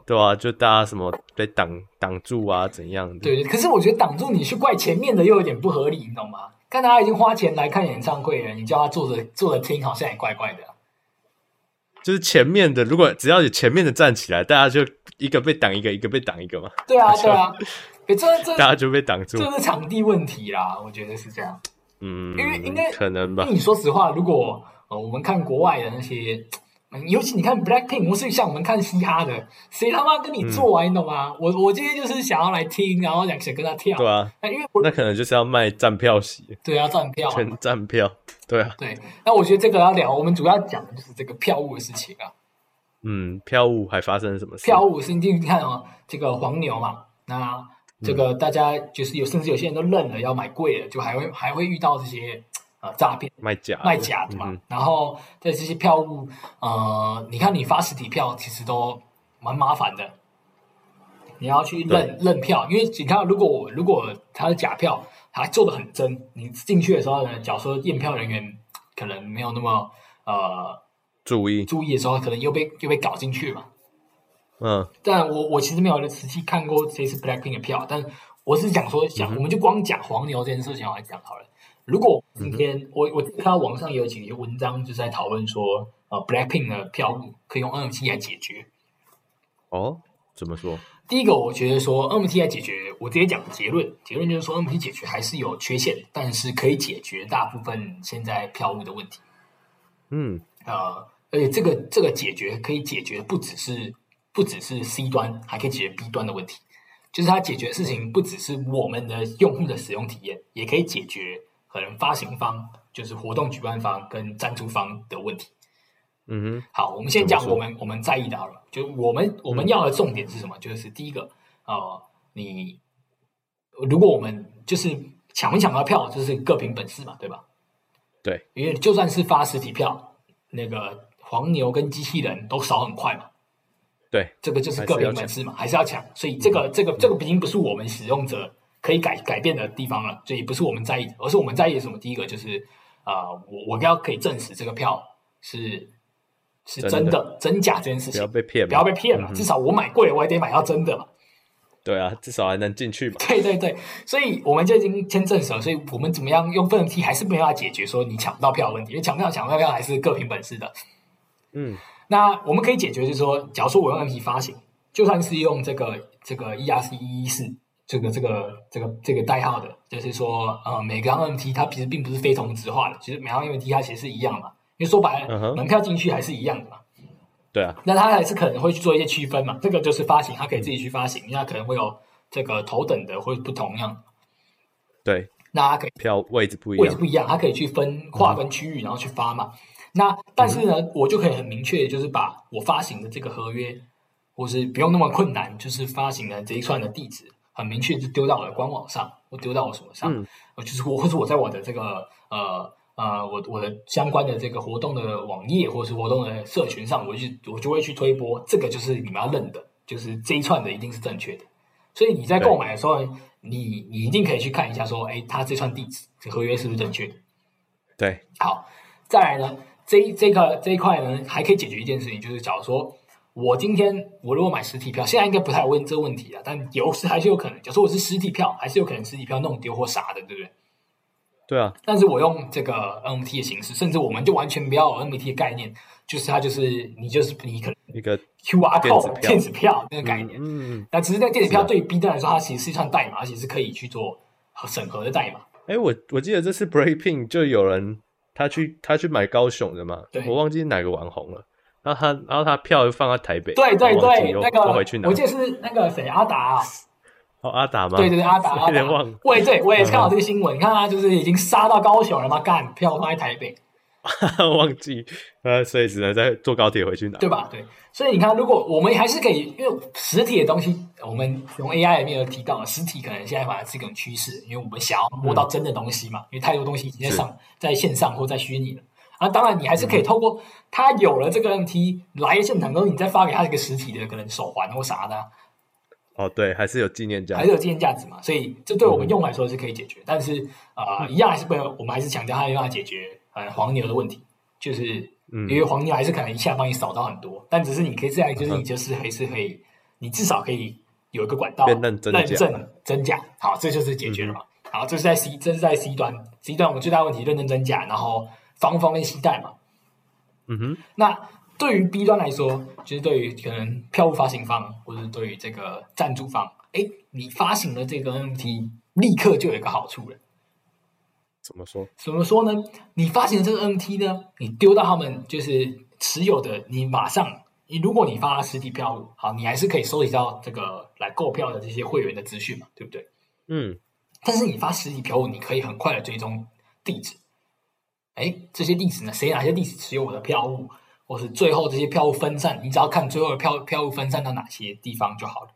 对啊，就大家什么被挡挡住啊，怎样的？
对，可是我觉得挡住你去怪前面的又有点不合理，你懂吗？看他已经花钱来看演唱会了，你叫他坐着坐着听，好像也怪怪的啊、
就是前面的，如果只要有前面的站起来，大家就一个被挡一个，一个被挡一个嘛，
对啊， 对啊，诶这这
大家就被挡住。
这是场地问题啦，我觉得是这样。
嗯
因为应该，
可能
那
吧。
你说实话，如果呃我们看国外的那些，嗯尤其你看 Blackpink，不是像我们看嘻哈的，谁他妈跟
嗯
你做啊？你懂吗？我我今天就是想要来听，然后想想跟他跳。
对啊，
那因为我
那可能就是要卖站票席，
对要站票啊，
全站票。对啊，
对。那我觉得这个要聊，我们主要讲的就是这个票务的事情啊。
嗯，票务还发生了什么事？
票务是你你看哦，这个黄牛嘛，那这
嗯
个大家就是有，甚至有些人都认了要买贵了，就还会还会遇到这些呃诈骗。
卖假的，
卖假的嘛。
嗯
然后在这些票务，呃，你看你发实体票其实都蛮麻烦的，你要去认认票，因为你看如果我如果他是假票，他做的很真，你进去的时候呢，假如说验票人员可能没有那么呃
注意，
注意的时候，可能又被又被搞进去嘛。
嗯，
但我我其实没有实际看过这次 Blackpink 的票，但我是想说，想、我们就光讲黄牛这件事情来讲好了。如果今天、我我看到网上有几个文章就是在讨论说，呃，Blackpink 的票务可以用 NFT 来解决。
哦，怎么说？
第一个，我觉得说 NFT 来解决，我直接讲结论，结论就是说 NFT 解决还是有缺陷，但是可以解决大部分现在票务的问题。
嗯，
呃，而且这个这个解决可以解决不只是不只是 C 端，还可以解决 B 端的问题。就是它解决的事情不只是我们的用户的使用体验，也可以解决可能发行方、就是活动举办方跟赞助方的问题。
嗯哼，
好，我们先讲
怎么
我
说嗯
们我们在意的好了，就我们我们要的重点是什么？就是第一个，呃，你如果我们就是抢没抢到票，就是各凭本事嘛，对吧？
对，
因为就算是发实体票，那个黄牛跟机器人都扫很快嘛，
对，
这个就是个
还是要嗯
别本事嘛，还是要抢。所以这个这个这个已经不是我们使用者可以改改变的地方了，所以不是我们在意的，而是我们在意的是什么？第一个就是啊、呃我我要可以证实这个票是是真的
真
真假这件事
不
情
要，被嗯骗嘛，
不要被骗了。至少我买贵了，我也得买到真的嘛。
对啊，至少还能进去嘛。
对对对，所以我们就已经签证手，所以我们怎么样用 NFT 还是没办法解决说你抢不到票的问题，因为抢票抢不到票还是各凭本事的。
嗯，
那我们 E 可以解决，就是说，假如说我用 NFT 发行，就算是用这个这个 ERC 一一四这个这个这个这个代号的，就是说，呃，每个 MT 它其实并不是非同质化的，其实每行 MT 它其实是一样嘛，因为说白
嗯
了，
哼
门票进去还是一样的嘛。
对啊，
那它还是可能会去做一些区分嘛，这个就是发行，它可以自己去发行，因为它可能会有这个头等的或者不同样，
对，
那它可以
票位置不一
位置
样，嗯
不一样，它可以去分划分区域，然后去发嘛。那但是呢，我就可以很明确，就是把我发行的这个合约，或是不用那么困难，就是发行的这一串的地址，很明确就丢到我的官网上，或丢到我什么上，
嗯
我就是我或 者我在我的这个呃呃我我的相关的这个活动的网页或是活动的社群上，我就我就会去推播，这个就是你们要认的，就是这一串的一定是正确的。所以你在购买的时候，你你一定可以去看一下，说，哎，他这串地址这合约是不是正确的？
对，
好，再来呢，这一这个这一块呢，还可以解决一件事情，就是假如说我今天我如果买实体票，现在应该不太有问这个问题啊，但有时还是有可能，假如说我是实体票，还是有可能实体票弄丢或啥的，对不对？
对啊，
但是我用这个 NFT 的形式，甚至我们就完全不要有 NFT 的概念，就是它就是你就是你可能
一个
QR
电子
code
票
电子票那个概念，
嗯，嗯
那只是在电子
是
票
啊
对于 B 站来说，它其实是一串代码，而且是可以去做审核的代码。
哎、我我记得这次 Breaking 就有人他去他去买高雄的嘛
对，
我忘记是哪个网红了。然后他然后他票又放到台北，
对对
我忘记
对，
又
那
又
个
回去拿
我。记得是那个谁阿达、啊，
哦，阿达吗？
对对对， 阿达阿
有
达
点忘了，
喂，对我也是看到这个新闻，你看他就是已经杀到高雄了嘛，干票放在台北，
忘记，呃，所以只能再坐高铁回去拿。
对吧？对，所以你看，如果我们还是可以，因为实体的东西，我们从 AI 里面有提到了，实体可能现在反而是一种趋势，因为我们想要摸到真的东西嘛，因为太多东西已经在上在线上或在虚拟了。啊，当然，你还是可以透过他有了这个 MT 来现场，然后你再发给他一个实体的可能手环或啥的啊、
哦，对，还是有纪念价
还。是有纪念价值嘛，所以这对我
嗯
们用来说是可以解决，但是啊，一样还是不能，我们还是强调它用来解决呃黄牛的问题，就是
嗯
因为黄牛还是可能一下帮你扫到很多，但只是你可以这样，就是你就是还是可以，你至少可以有一个管道
辨认真假嗯
认证真假，好，这就是解决了嘛。好，这是在 C，这是在 C 端，C 端我们最大的问题认证真假，然后方不方便携带嘛，
嗯哼，
那对于 B 端来说，就是对于可能票务发行方或者对于这个赞助方，哎，你发行了这个 NFT，立刻就有一个好处了。
怎么说？
怎么说呢？你发行的这个 NFT 呢，你丢到他们就是持有的，你马上，你如果你发实体票务，好，你还是可以收集到这个来购票的这些会员的资讯嘛，对不对？
嗯，
但是你发实体票务，你可以很快的追踪地址。哎，这些地址呢？谁哪些地址持有我的票务，或是最后这些票务分散？你只要看最后的票票务分散到哪些地方就好了。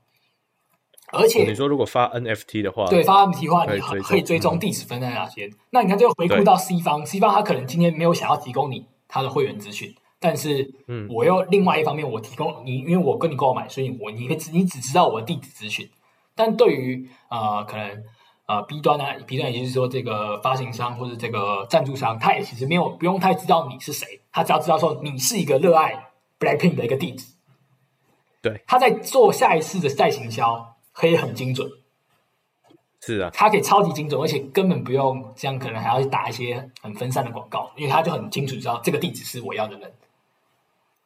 而
哦你
且，
说如果发 NFT 的话，
对发 MT 的话，你
可以追踪嗯
可以追踪地址分散在哪些。那你看，就回顾到 C 方，C 方他可能今天没有想要提供你他的会员资讯，但是，
嗯
我又另外一方面，我提供你，因为我跟你购买，所以我你会只你只知道我的地址资讯，但对于呃可能呃 B 端呢、啊、，B 端也就是说这个发行商或者这个赞助商，他也其实没有不用太知道你是谁，他只要知道说你是一个热爱 Blackpink 的一个地址，
对，
他在做下一次的再行销可以很精准，
是啊，
它可以超级精准，而且根本不用这样，可能还要去打一些很分散的广告，因为他就很清楚知道这个地址是我要的人。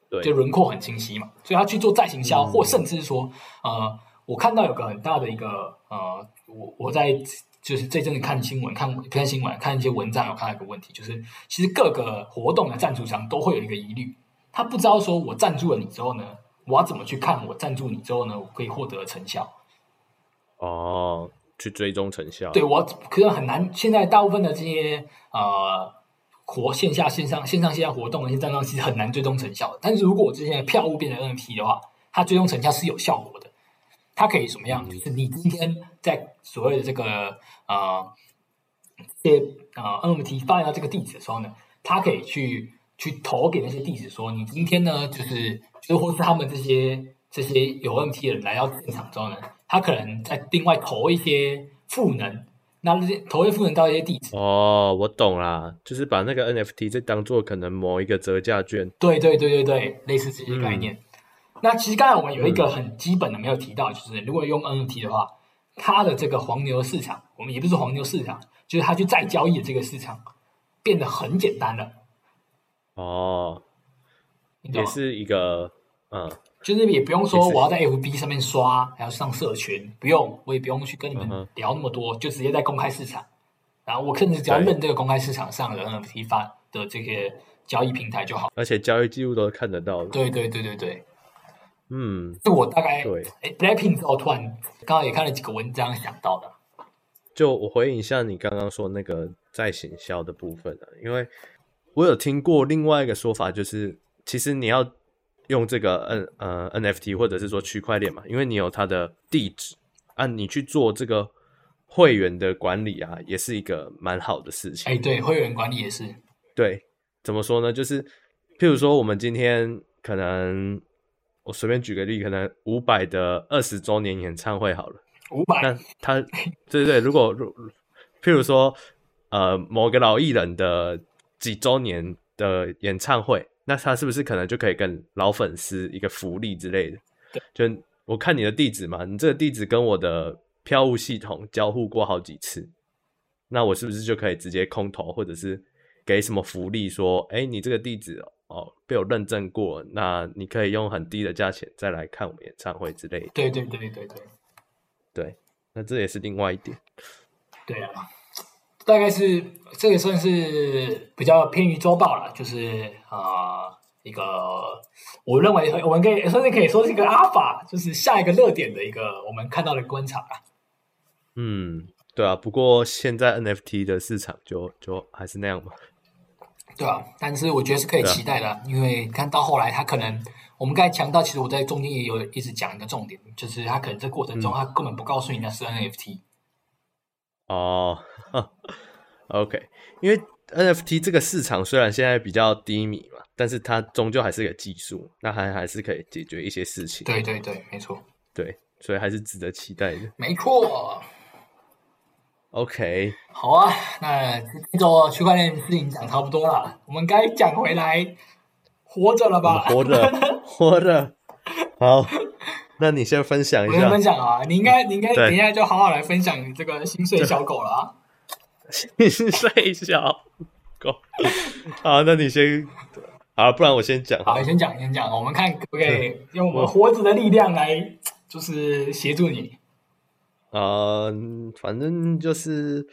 对
就，轮廓很清晰嘛，所以他去做再行销，或甚至是说，呃，我看到有个很大的一个呃，我我在就是这阵子看新闻，看看新闻，看一些文章，有看到一个问题，就是其实各个活动的赞助商都会有一个疑虑，他不知道说我赞助了你之后呢，我要怎么去看我赞助你之后呢，我可以获得的成效。
哦，去追踪成效。
对我可能很难。现在大部分的这些呃活线下线上线上线下活动的一些站上其实很难追踪成效的。但是如果我之前的票务变成 NFT 的话，它追踪成效是有效果的。它可以怎么样？就是你今天在所谓的这个呃这些呃 NFT 发到这个地址的时候呢，它可以去去投给那些地址说，你今天呢就是就是或是他们这些这些有 NFT 的人来到现场之后呢，他可能再另外投一些赋能，那这些投一些赋能到一些地址。
哦，我懂啦，就是把那个 NFT 再当做可能某一个折价券。
对对对对对，类似这些概念。那其实刚才我们有一个很基本的没有提到，就是如果用 NFT 的话，它的这个黄牛市场，我们也不是黄牛市场，就是它去再交易的这个市场变得很简单了，
哦，
你懂
也
吗？
是一个嗯
就是也不用说
也是
我要在 FB 上面刷，还要上社群，不用，我也不用去跟你
嗯
们
哼
聊那么多，就直接在公开市场。然后我甚至只要
对
认这个公开市场上
嗯
的 NFT 发的这些交易平台就好。
而且交易记录都看得到的。
对对对对对，
嗯，
是我大概
对。
哎 Blackpink 之后突然刚刚也看了几个文章想到的。
就我回应一下你刚刚说那个在行销的部分啊，因为我有听过另外一个说法，就是其实你要用这个 N 呃 NFT 或者是说区块链嘛，因为你有它的地址啊，你去做这个会员的管理啊，也是一个蛮好的事情。
哎，对，会员管理也是，
对，怎么说呢？就是譬如说，我们今天可能我随便举个例，可能伍佰的二十周年演唱会好了。
五百
那他对对对，如果如譬如说呃某个老艺人的几周年的演唱会，那他是不是可能就可以跟老粉丝一个福利之类的？就我看你的地址嘛，你这个地址跟我的票务系统交互过好几次，那我是不是就可以直接空投，或者是给什么福利说，哎，你这个地址哦被我认证过，那你可以用很低的价钱再来看我们演唱会之类的。
对对对对对
对，那这也是另外一点。
对啊，大概是这个算是比较偏于周报了，就是呃一个我认为我们可以甚至可以说是一个阿尔法，就是下一个热点的一个我们看到的观察啦。
嗯，对啊。不过现在 NFT 的市场就就还是那样嘛。
对啊，但是我觉得是可以
对啊
期待的，因为看到后来他可能，我们刚才强调，其实我在中间也有一直讲一个重点，就是他可能这过程
嗯
中、他根本不告诉你那是 NFT，
哦 ，OK，因为 NFT 这个市场虽然现在比较低迷嘛，但是它终究还是个技术，那还还是可以解决一些事情。
对对对，没错，
对，所以还是值得期待的。
没错。
OK，
好啊，那这周区块链事情讲差不多了，我们该讲回来活着了
我们
吧？
活着，活着。好，那你先分享一
我跟你
下嗯
分享啊，你应该你应该
对
等一下就好好来分享你这个心碎小狗了啊。
你是 睡小狗。好，那你先，好，不然我先讲。
好，你先讲，先讲，我们看可不可以用我们
我
活着的力量来，就是协助你。
呃，反正就是，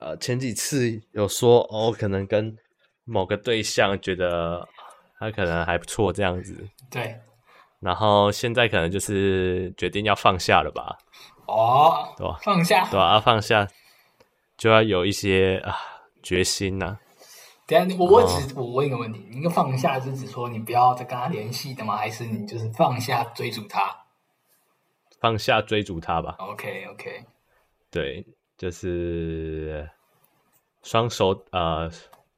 呃，前几次有说哦，可能跟某个对象觉得他可能还不错这样子，
对，
然后现在可能就是决定要放下了吧，
哦，
对吧？
放下
对。吧？啊，放下就要有一些啊决心呐、
等一下，我我只我问一个问题，你一个放下是指说你不要再跟他联系的吗？还是你就是放下追逐他
放下追逐他吧。
？OK OK，
对，就是双手呃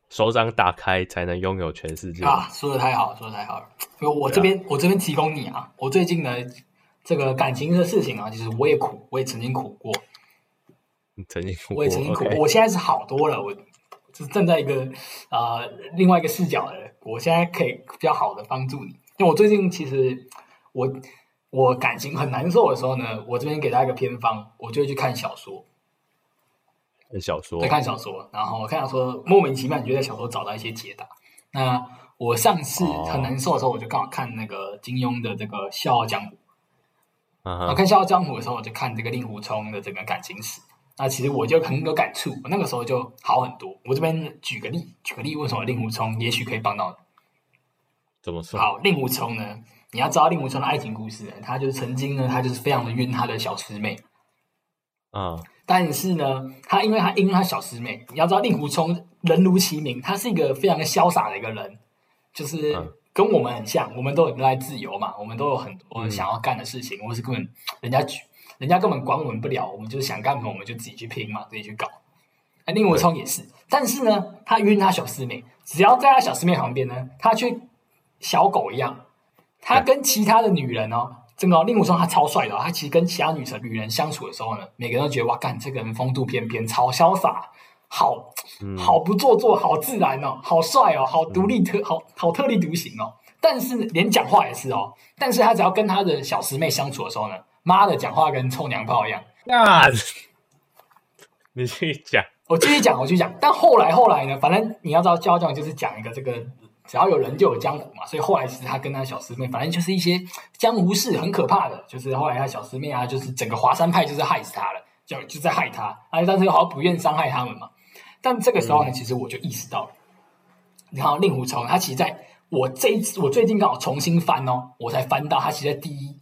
手掌打开才能拥有全世界。
啊，说的太好，说的太好了。我我这边、我这边提供你啊，我最近呢这个感情的事情啊，其实我也苦，我也曾经苦过，
你曾经
我
哭过
也曾经苦过，
，OK
我现在是好多了，我就是站在一个呃另外一个视角的，我现在可以比较好的帮助你。因为我最近其实我我感情很难受的时候呢，我这边给大家一个偏方，我就会去看小说，
看小说
在，看小说，然后看小说莫名其妙你就在小说找到一些解答。那我上次
哦
很难受的时候，我就刚好看那个金庸的这个《笑傲江湖》，
嗯
我
哼
看《笑傲江湖》的时候，我就看这个令狐冲的整个感情史。那其实我就很有感触，我那个时候就好很多。我这边举个例，举个例，为什么令狐冲也许可以帮到你？
怎么说？
好，令狐冲呢，你要知道令狐冲的爱情故事呢，他就是曾经呢，他就是非常的晕他的小师妹，
啊，
但是呢，他因为他因为他小师妹，你要知道令狐冲人如其名，他是一个非常潇洒的一个人，就是
嗯
跟我们很像，我们都很热爱自由嘛，我们都有很多
嗯
想要干的事情，或是根本人家举人家根本管我们不了，我们就是想干什么我们就自己去拼嘛，自己去搞。那令狐冲也是，但是呢，他晕他小师妹，只要在他小师妹旁边呢，他却小狗一样，他跟其他的女人哦，真的、哦、令狐冲他超帅的、哦，他其实跟其他女生女人相处的时候呢，每个人都觉得哇，干这个人风度翩翩，超潇洒，好
嗯，
好不做作，好自然哦，好帅哦，好独立特，好好特立独行哦。但是连讲话也是哦，但是他只要跟他的小师妹相处的时候呢，妈的讲话跟臭娘炮一样。
那 你去讲，
我继续讲，我继续讲。但后来后来呢，反正你要知道，教教就是讲一个这个只要有人就有江湖嘛，所以后来其实他跟他小师妹，反正就是一些江湖事，很可怕的。就是后来他小师妹啊，就是整个华山派就是害死他了，就就在害他，哎，但是又好像不愿伤害他们嘛。但这个时候呢，其实我就意识到了，你看令狐冲，他其实在我这一次，我最近刚好重新翻哦，我才翻到他其实在第一，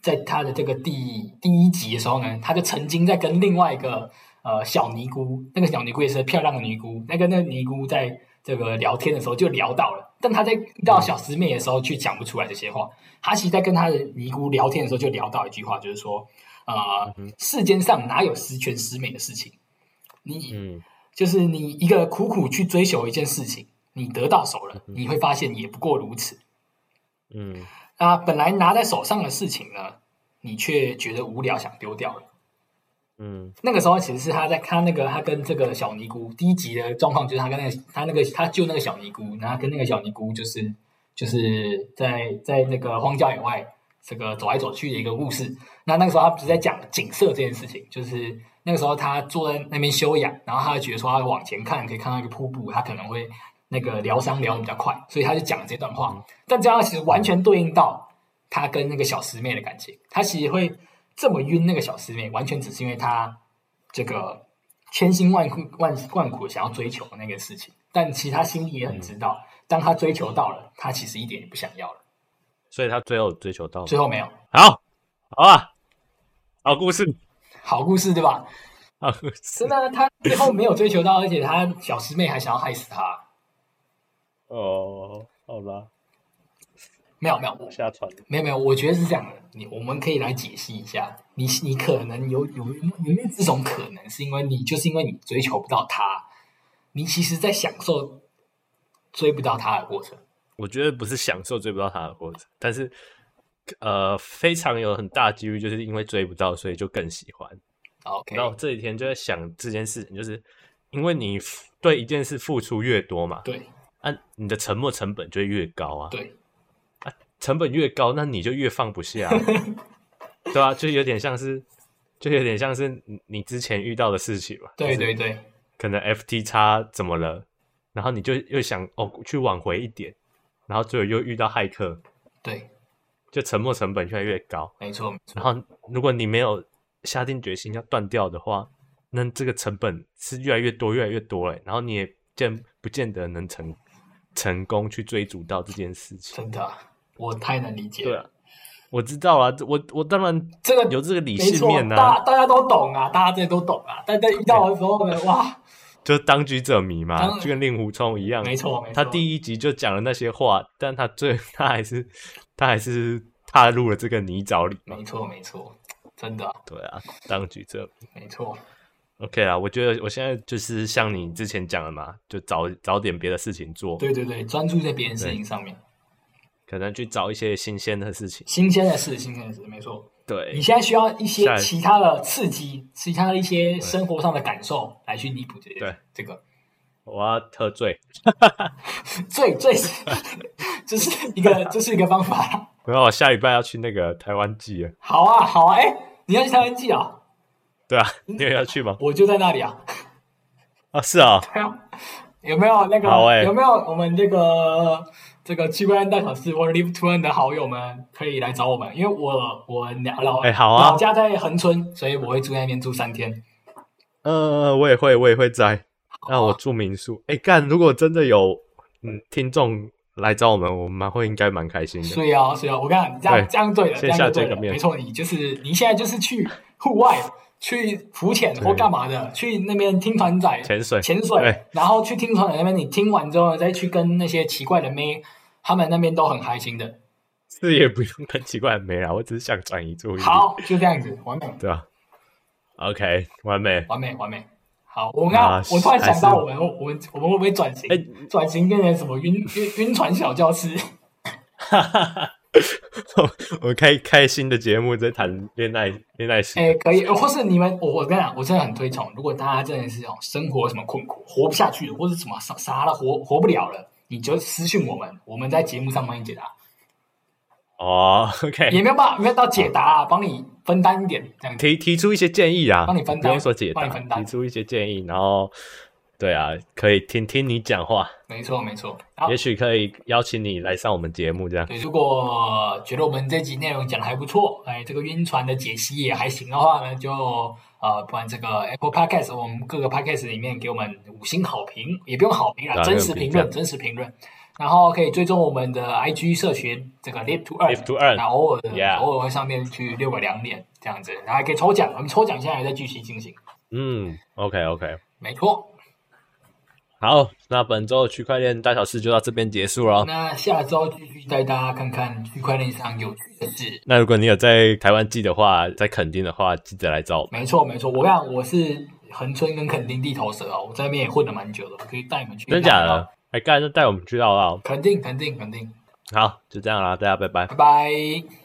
在他的这个第第一集的时候呢，他就曾经在跟另外一个呃小尼姑，那个小尼姑也是漂亮的尼姑，那个那个尼姑在这个聊天的时候就聊到了，但他在遇到小师妹的时候却讲不出来这些话，他其实在跟他的尼姑聊天的时候就聊到一句话，就是说，呃，世间上哪有十全十美的事情，你。
嗯
就是你一个苦苦去追求一件事情，你得到手了，你会发现也不过如此。
嗯
那本来拿在手上的事情呢，你却觉得无聊，想丢掉了。
嗯
那个时候其实是他在他那个他跟这个小尼姑第一集的状况，就是他跟那个他那个他救那个小尼姑，然后跟那个小尼姑就是就是在在那个荒郊野外这个走来走去的一个故事。那那个时候他不是在讲景色这件事情，就是那个时候他坐在那边休养，然后他就觉得说他往前看可以看到一个瀑布，他可能会那个疗伤疗的比较快，所以他就讲了这段话。但这样其实完全对应到他跟那个小师妹的感情，他其实会这么晕那个小师妹，完全只是因为他这个千辛万苦万万苦想要追求的那个事情，但其实他心里也很知道，当他追求到了，他其实一点也不想要了。
所以他最后有追求到吗
最后没有
好，好啊，好故事，
好故事，对吧？
好故事
真的，他最后没有追求到，而且他小师妹还想要害死他。
哦，好啦，
没有没有，我
下船了
没有没有，我觉得是这样的，你我们可以来解析一下，你你可能有有有没有这种可能，是因为你就是因为你追求不到他，你其实在享受追不到他的过程。
我觉得不是享受追不到他的过程，但是呃，非常有很大几率就是因为追不到，所以就更喜欢。
OK，
然后我这几天就在想这件事情，就是因为你付对一件事付出越多嘛，
对
啊，你的沉没成本就会越高啊，
对，
成本越高，那你就越放 不下啊、对啊，就有点像是，就有点像是你你之前遇到的事情嘛，
对对
就是
对
可能 FT 叉怎么了，然后你就又想哦去挽回一点，然后最后又遇到骇客，
对，
就沉没成本越来越高，
没错没
然
错，
后如果你没有下定决心要断掉的话，那这个成本是越来越多越来越多哎，然后你也见不见得能成成功去追逐到这件事情。
真的啊，我太能理解
对
了。
啊，我知道啊，这我我当然
这个
有这个理
没
性
错，
面
大
啊，
大家都懂啊，大家这都懂啊，但在遇到的时候呢，哇，
就是当局者迷
当
嘛，
然
就跟令狐冲一样，
没错没错，
他第一集就讲了那些话，但他最 他还是他还是踏入了这个泥沼里嘛
没。错没错，真的啊
对啊，当局者迷。
没错，
OK 啊，我觉得我现在就是像你之前讲的嘛，就找找点别的事情做，
对对对，专注在别人事情上面，
可能去找一些新鲜的事情。
新鲜的事，新鲜的事，没错。
对
你，现在需要一
下
些
一
其他的刺激，其他的一些生活上的感受来去弥补这
对
些这个
我要特醉。
最最 这是一个这是一个方法。
然后我下礼拜要去那个台湾记了。
好啊好啊，哎，你要去台湾记啊？
对啊，
嗯
你也要去吗？
我就在那里啊。
啊，是啊、
有没有那个？
好欸
有没有我们这个这个器官大小事或者 Live to N 的好友们可以来找我们？因为我我老老
哎好啊
老家在恒春，所以我会住在那边住三天。
呃，我也会，我也会摘。那
啊
我住民宿。哎、干，如果真的有嗯听众来找我们，我们蛮会应该蛮开心的。
所以啊，所以啊，我跟你讲，这样
对
这样对了，这
线
样
下
就对
见个
了，
面
没错，你就是你现在就是去户外去浮潜或
对
干嘛的，去那边听团仔
潜水，
潜水
对，
然后去听团仔那边，你听完之后再去跟那些奇怪的妹，他们那边都很开心的。
嗯是也不用很奇怪没啦，我只是想转移注意力，
好，就这样子，完美。
对吧、OK，完美。
完美完美。好，我们刚
啊
我突然想
还
到，
是
我们我们我们会不会转型
哎？
转型变成什么晕晕晕船小教师？
我们开开新的节目，在谈恋爱恋爱史。
哎、可以，或是你们，我我跟你讲，我真的很推崇。如果大家真的是哦，生活有什么困苦，活不下去了，或者什么啥啥了，活活不了了，你就私信我们，我们在节目上帮你解答，
哦
也
，OK，
没有办法，没有到解答啊，帮你分担一点这样子。
提提出一些建议啊，
帮你分担
不用说解
帮
答
你分，担
提出一些建议，然后对啊，可以听听你讲话，
没错没错。好
也，许可以邀请你来上我们节目，这样
对，如果觉得我们这集内容讲的还不错，哎，这个晕船的解析也还行的话呢，就呃，不然这个 Apple Podcast 我们各个 Podcast 里面给我们五星好评，也不用好评
对
啦，
啊
真实
没
评
有评价
论，真实评论。然后可以追踪我们的 IG 社群，这个 Live to
Live to Earn
那偶尔
Yeah
偶尔会上面去遛个两脸这样子，然后还可以抽奖，我们抽奖现在还在继续进行，
嗯，OK OK，
没错。
好，那本周的区块链大小事就到这边结束了哦。
那下周继续带大家看看区块链上有趣的事。
那如果你有在台湾记的话，在垦丁的话，记得来找我们。
没错没错，我想我是恒春跟垦丁地头蛇哦，我在那边也混了蛮久的，我可以带你们去。
真假的？？哎，干，就带我们去绕绕。
肯定肯定肯定，
好，就这样啦，大家拜拜。
拜拜。